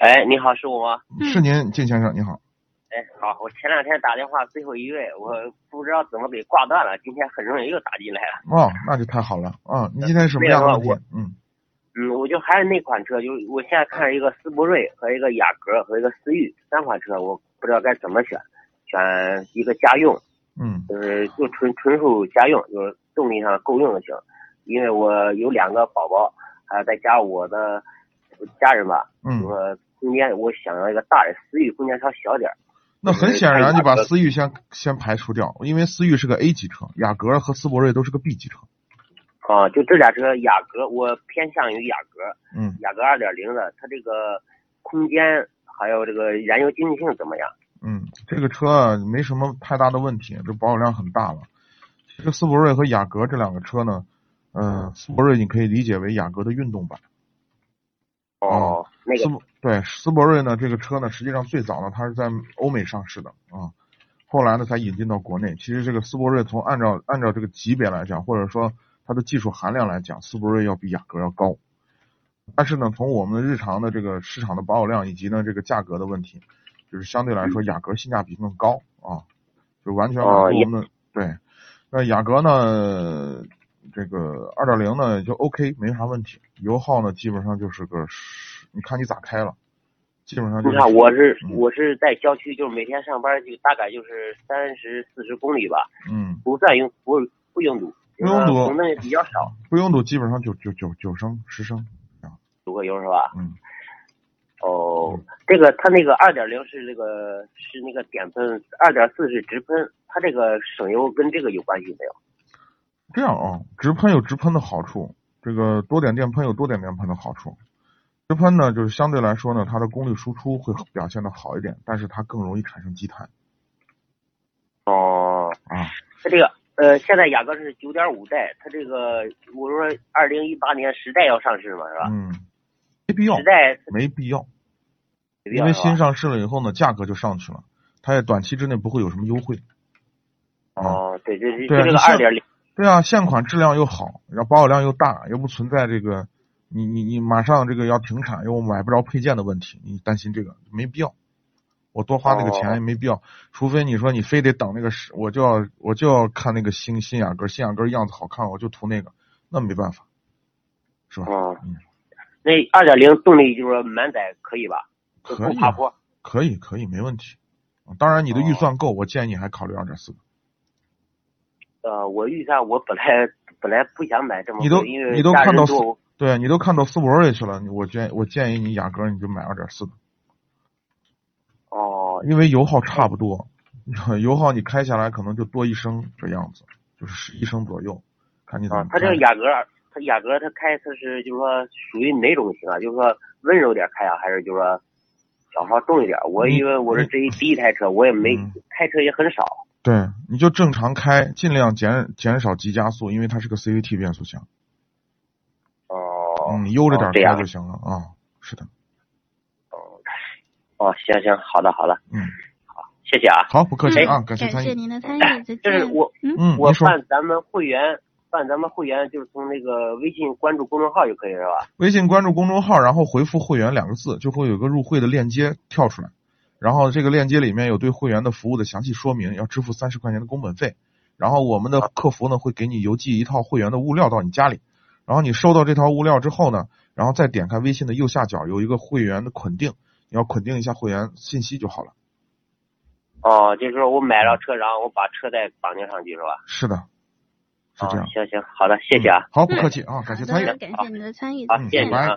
哎，你好，是我吗？是您，靳先生，你好。哎，好，我前两天打电话最后一位，我不知道怎么给挂断了，今天很容易又打进来了。哦，那就太好了啊！你今天什么样的问题那个？嗯，嗯，我就还是那款车，就是我现在看了一个思铂睿和一个雅阁和一个思域三款车，我不知道该怎么选，选一个家用，嗯就是就纯纯属家用，就是动力上够用就行。因为我有两个宝宝，还有再加我的家人吧，嗯，我空间我想要一个大点，思域空间稍小点儿。那很显看然雅你把阁思域先先排除掉，因为思域是个 A 级车，雅阁和思铂睿都是个 B 级车。啊，就这俩车，雅阁我偏向于雅阁，嗯，雅阁二点零的，它这个空间还有这个燃油经济性怎么样？嗯，这个车啊没什么太大的问题，这保有量很大了。其实思铂睿和雅阁这两个车呢，嗯、思铂睿你可以理解为雅阁的运动版。哦，那思个铂对思铂睿呢，这个车呢，实际上最早呢，它是在欧美上市的啊，后来呢才引进到国内。其实这个思铂睿从按照按照这个级别来讲，或者说它的技术含量来讲，思铂睿要比雅阁要高。但是呢，从我们日常的这个市场的保有量以及呢这个价格的问题，就是相对来说雅阁性价比更高啊，就完全哦满足也我们的、对。那雅阁呢，这个二点零呢就 OK，没啥问题。油耗呢，基本上就是个十，你看你咋开了，基本上就你是。看我是嗯我是在郊区，就是每天上班就大概就是三十四十公里吧，嗯，不算用不不拥堵，不拥堵呃红灯也比较少，不拥堵基本上九九九九升十升。堵个油是吧？嗯，哦，这个它那个二点零是这个是那个点喷，二点四是直喷，它这个省油跟这个有关系没有？这样啊，直喷有直喷的好处，这个多点电喷有多点电喷的好处。直喷呢，就是相对来说呢，它的功率输出会表现的好一点，但是它更容易产生积碳哦，啊。它这个呃，现在雅阁是九点五代，它这个我说二零一八年十代要上市嘛，是吧？嗯，没必要十，代没必要，没必嗯因要为是吧新上市了以后呢，价格就上去了，它也短期之内不会有什么优惠。啊、哦，对对对，对就这你个像二点零，对啊，现款质量又好，然后保有量又大，又不存在这个你你你马上这个要停产又买不着配件的问题，你担心这个没必要。我多花那个钱哦也没必要，除非你说你非得等那个十，我就要我就要看那个新新雅阁，新雅阁样子好看，我就图那个，那没办法，是吧？哦嗯，那二点零动力就是说满载可以吧？就可不以啊爬坡。可以可以，没问题。啊当然你的预哦算够，我建议你还考虑二点四。呃，我预算我本来本来不想买这么你都贵，因为你都家看人多到四对啊你都看到思铂睿去了，你我建我建议你雅阁你就买二点四的。哦，因为油耗差不多， 油耗你开下来可能就多一升这样子，就是十一升左右，看你怎么啊它开。，这个雅阁，它雅阁它开它是就是说属于哪种型啊？就是说温柔点开啊，还是就是说脚稍重一点？我你因为我是这一第一台车，我也没嗯开车也很少。对，你就正常开，尽量减减少急加速，因为它是个 CVT 变速箱，哦，嗯，你悠着点哦这样开就行了啊、是的，哦，行行，好的好的，嗯，谢谢啊。好，不客气嗯啊，感感谢参与。您的参与，再见。就是我嗯，我您说，办咱们会员，办咱们会员就是从那个微信关注公众号就可以是吧？微信关注公众号，然后回复“会员”两个字，就会有个入会的链接跳出来，然后这个链接里面有对会员的服务的详细说明，要支付三十块钱的工本费，然后我们的客服呢会给你邮寄一套会员的物料到你家里，然后你收到这套物料之后呢，然后再点开微信的右下角有一个会员的捆定，你要捆定一下会员信息就好了。哦，就是说我买了车，然后我把车贷绑定上去是吧？是的，是啊这样，。嗯行行，好的，谢谢啊，好，不客气啊，感谢参与。好的感谢您的参与，好再，谢见谢你啊。拜长拜